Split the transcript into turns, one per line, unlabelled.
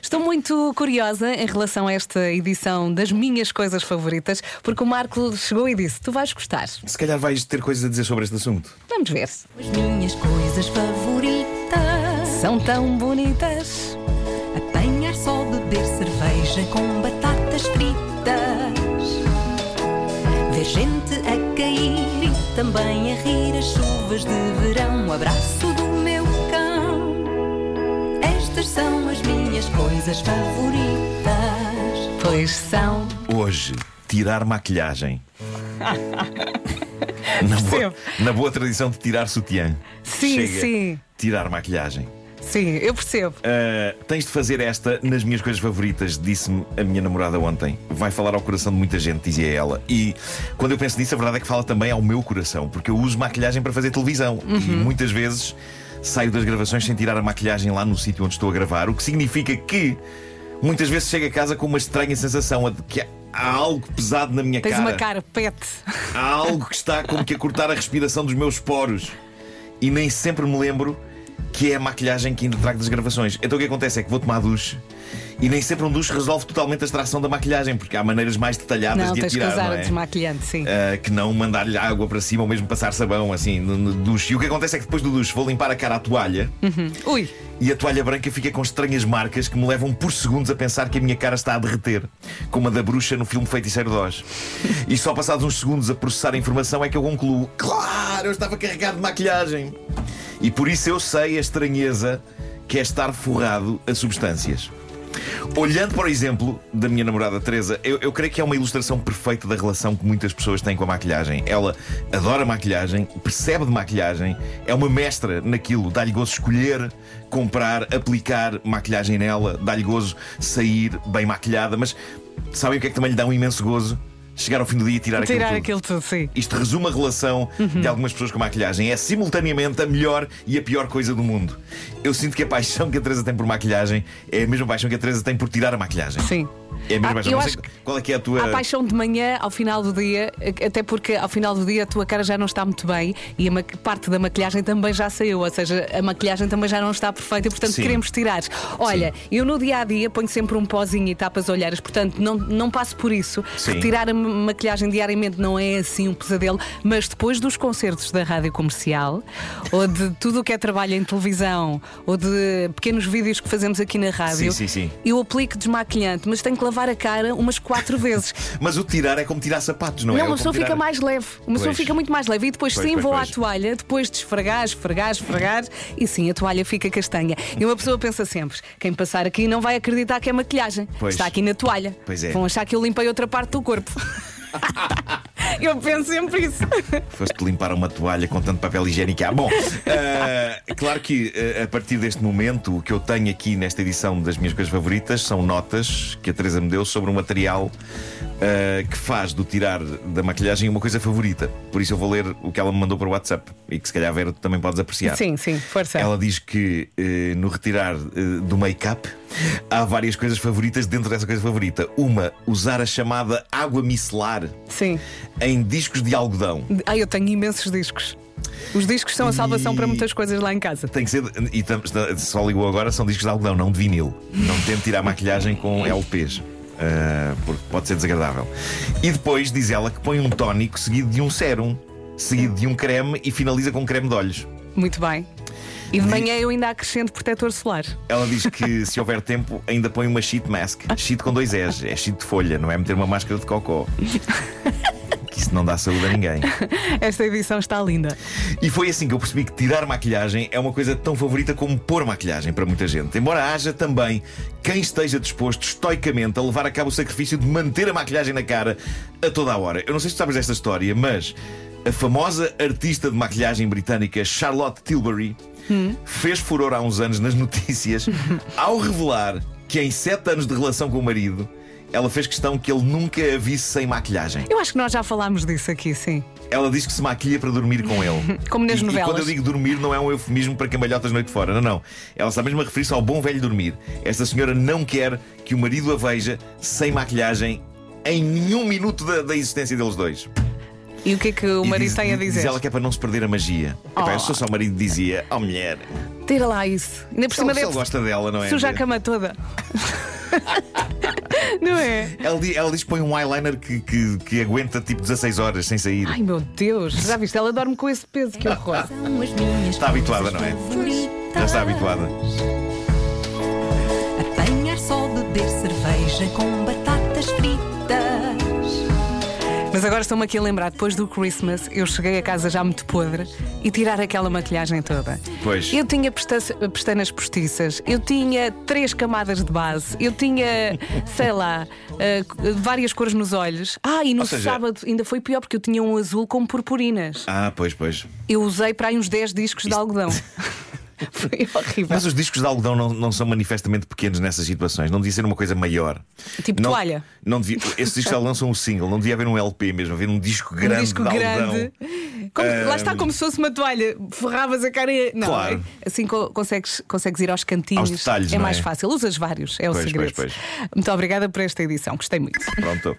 Estou muito curiosa em relação a esta edição das minhas coisas favoritas, porque o Marco chegou e disse: Tu vais gostar.
Se calhar vais ter coisas a dizer sobre este assunto.
Vamos ver.
As minhas coisas favoritas
São tão bonitas.
Apanhar só, beber cerveja com batatas fritas Ver gente a cair e também a rir as chuvas de verão O abraço do meu cão Estas são as minhas coisas favoritas
Pois são.
Hoje, tirar maquilhagem. na, boa,
Percebo.
na boa tradição de tirar sutiã.
Sim,
Chega.
sim.
Tirar maquilhagem.
Sim, eu percebo.
Ah, tens de fazer esta nas minhas coisas favoritas, disse-me a minha namorada ontem. Vai falar ao coração de muita gente, dizia ela. E quando eu penso nisso, a verdade é que fala também ao meu coração, porque eu uso maquilhagem para fazer televisão. E
Uhum.
muitas vezes saio das gravações sem tirar a maquilhagem lá no sítio onde estou a gravar, o que significa que muitas vezes chego a casa com uma estranha sensação a de que há algo pesado na minha
Tens
cara.
uma cara pet.
Há algo que está como que a cortar a respiração dos meus poros. E nem sempre me lembro que é a maquilhagem que ainda trago das gravações. Então o que acontece é que vou tomar duche e nem sempre um duche resolve totalmente a extração da maquilhagem, porque há maneiras mais detalhadas
Não,
de a
tens que
tirar.
usar
não
a
é?
desmaquilhante, sim.
Ah, que não mandar-lhe água para cima ou mesmo passar sabão assim no, no duche. E o que acontece é que depois do duche vou limpar a cara à toalha
Uhum. Ui,
e a toalha branca fica com estranhas marcas que me levam por segundos a pensar que a minha cara está a derreter, como a da bruxa no filme Feiticeiro de Oz. E só passados uns segundos a processar a informação é que eu concluo: Claro, eu estava carregado de maquilhagem. E por isso eu sei a estranheza que é estar forrado a substâncias. Olhando para o exemplo da minha namorada Teresa, eu, eu creio que é uma ilustração perfeita da relação que muitas pessoas têm com a maquilhagem. Ela adora maquilhagem, percebe de maquilhagem, é uma mestra naquilo, dá-lhe gozo escolher, comprar, aplicar maquilhagem nela, dá-lhe gozo sair bem maquilhada, mas sabem o que é que também lhe dá um imenso gozo? Chegar ao fim do dia e tirar, aquilo
tirar
tudo.
aquilo tudo, sim.
Isto resume a relação de algumas pessoas com a maquilhagem. É simultaneamente a melhor e a pior coisa do mundo. Eu sinto que a paixão que a Teresa tem por maquilhagem é a mesma paixão que a Teresa tem por tirar a maquilhagem.
Sim.
É a mesma
Ah,
paixão.
eu
Não
acho
sei
que
qual é que é a tua.
Há paixão de manhã, ao final do dia, até porque ao final do dia a tua cara já não está muito bem e a ma- parte da maquilhagem também já saiu, ou seja, a maquilhagem também já não está perfeita e portanto
Sim.
queremos tirar. Olha, eu no dia a dia ponho sempre um pozinho e tapas olhares, portanto não, não passo por isso.
Sim.
Retirar a ma- maquilhagem diariamente não é assim um pesadelo, mas depois dos concertos da rádio comercial ou de tudo o que é trabalho em televisão ou de pequenos vídeos que fazemos aqui na rádio,
sim, sim.
eu aplico desmaquilhante, mas tenho que lavar a cara umas quatro vezes.
Mas o tirar é como tirar sapatos, não, é?
Não,
É
uma
como
pessoa
tirar-
fica mais leve. Uma pessoa
Pois.
fica muito mais leve. E depois
Pois,
sim,
pois,
vou
pois.
à toalha, depois de esfregar, esfregar, esfregar, e sim, a toalha fica castanha. E uma pessoa pensa sempre: quem passar aqui não vai acreditar que é maquilhagem.
Pois.
Está aqui na toalha.
Pois é.
Vão achar que eu limpei outra parte do corpo. eu penso sempre isso.
Foste limpar uma toalha com tanto papel higiênico. Ah, bom, ah, claro que ah, a partir deste momento, o que eu tenho aqui nesta edição das minhas coisas favoritas são notas que a Teresa me deu sobre um material ah, que faz do tirar da maquilhagem uma coisa favorita. Por isso eu vou ler o que ela me mandou para o WhatsApp e que se calhar Vera tu também podes apreciar.
Sim, sim, força.
Ela diz que eh, no retirar eh, do make-up há várias coisas favoritas dentro dessa coisa favorita. Uma, usar a chamada água micelar
Sim.
em discos de algodão.
Ah, eu tenho imensos discos. Os discos são a salvação
E-
para muitas coisas lá em casa.
Tem que ser. de- E tam- só ligou agora, são discos de algodão, não de vinil. Não tente tirar maquilhagem com LPs. ah, porque pode ser desagradável. E depois diz ela que põe um tónico seguido de um sérum, seguido de um creme e finaliza com um creme de olhos.
Muito bem. E
Hum.
de manhã eu ainda acrescento protetor solar.
Ela diz que se houver tempo ainda põe uma sheet mask. Sheet com dois S. É sheet de folha, não é meter uma máscara de cocó. Que isso não dá saúde a ninguém.
Esta edição está linda.
E foi assim que eu percebi que tirar maquilhagem é uma coisa tão favorita como pôr maquilhagem para muita gente. Embora haja também quem esteja disposto estoicamente a levar a cabo o sacrifício de manter a maquilhagem na cara a toda a hora. Eu não sei se tu sabes desta história, mas a famosa artista de maquilhagem britânica Charlotte Tilbury fez furor há uns anos nas notícias ao revelar que em sete anos de relação com o marido. Ela fez questão que ele nunca a visse sem maquilhagem.
Eu acho que nós já falámos disso aqui, sim.
Ela diz que se maquilha para dormir com ele.
Como nas
E- e
novelas.
quando eu digo dormir, não é um eufemismo para cambalhotas noite fora. Não, não. Ela está mesmo a referir-se ao bom velho dormir. Esta senhora não quer que o marido a veja sem maquilhagem em nenhum minuto da, da existência deles dois.
E o que é que o
E
marido
diz-
tem a
diz-
dizer?
Diz ela que é para não se perder a magia. Epá,
Oh.
eu sou só o marido dizia, oh mulher,
Tira lá isso. Ainda por
se
cima
ele, se ele
deve
gosta dela, não é?
suja a cama toda. Não é?
Ela, di- ela diz que põe um eyeliner que, que- que aguenta tipo 16 horas sem sair.
Ai meu Deus, já viste? Ela dorme com esse peso, que horror.
São as minhas
Está habituada,
coisas
não é?
favoritas.
Já
tá.
está habituada.
Apanhar sol, beber cerveja com batatas fritas.
Mas agora estou-me aqui a lembrar, depois do Christmas, eu cheguei a casa já muito podre e tirar aquela maquilhagem toda.
Pois.
Eu tinha pesta- pestanas postiças, eu tinha três camadas de base, eu tinha, sei lá, eh, várias cores nos olhos. Ah, e no
Ou seja-
sábado ainda foi pior porque eu tinha um azul com purpurinas.
Ah, pois, pois.
Eu usei para aí uns 10 discos de algodão. foi horrível.
Mas os discos de algodão não, não são manifestamente pequenos nessas situações. Não devia ser uma coisa maior.
Tipo
não,
toalha.
Não devia, esses discos de algodão são um single. Não devia haver um LP mesmo. Haver um disco grande
um disco
de algodão.
grande. Como- Lá está
Ahm.
como se fosse uma toalha, ferravas a cara e. Não,
Claro.
assim co- consegues, consegues ir aos cantinhos.
Aos detalhes,
é
não
mais
é?
fácil. Usas vários, é o
Pois,
segredo.
pois,
Muito obrigada por esta edição, gostei muito.
Pronto.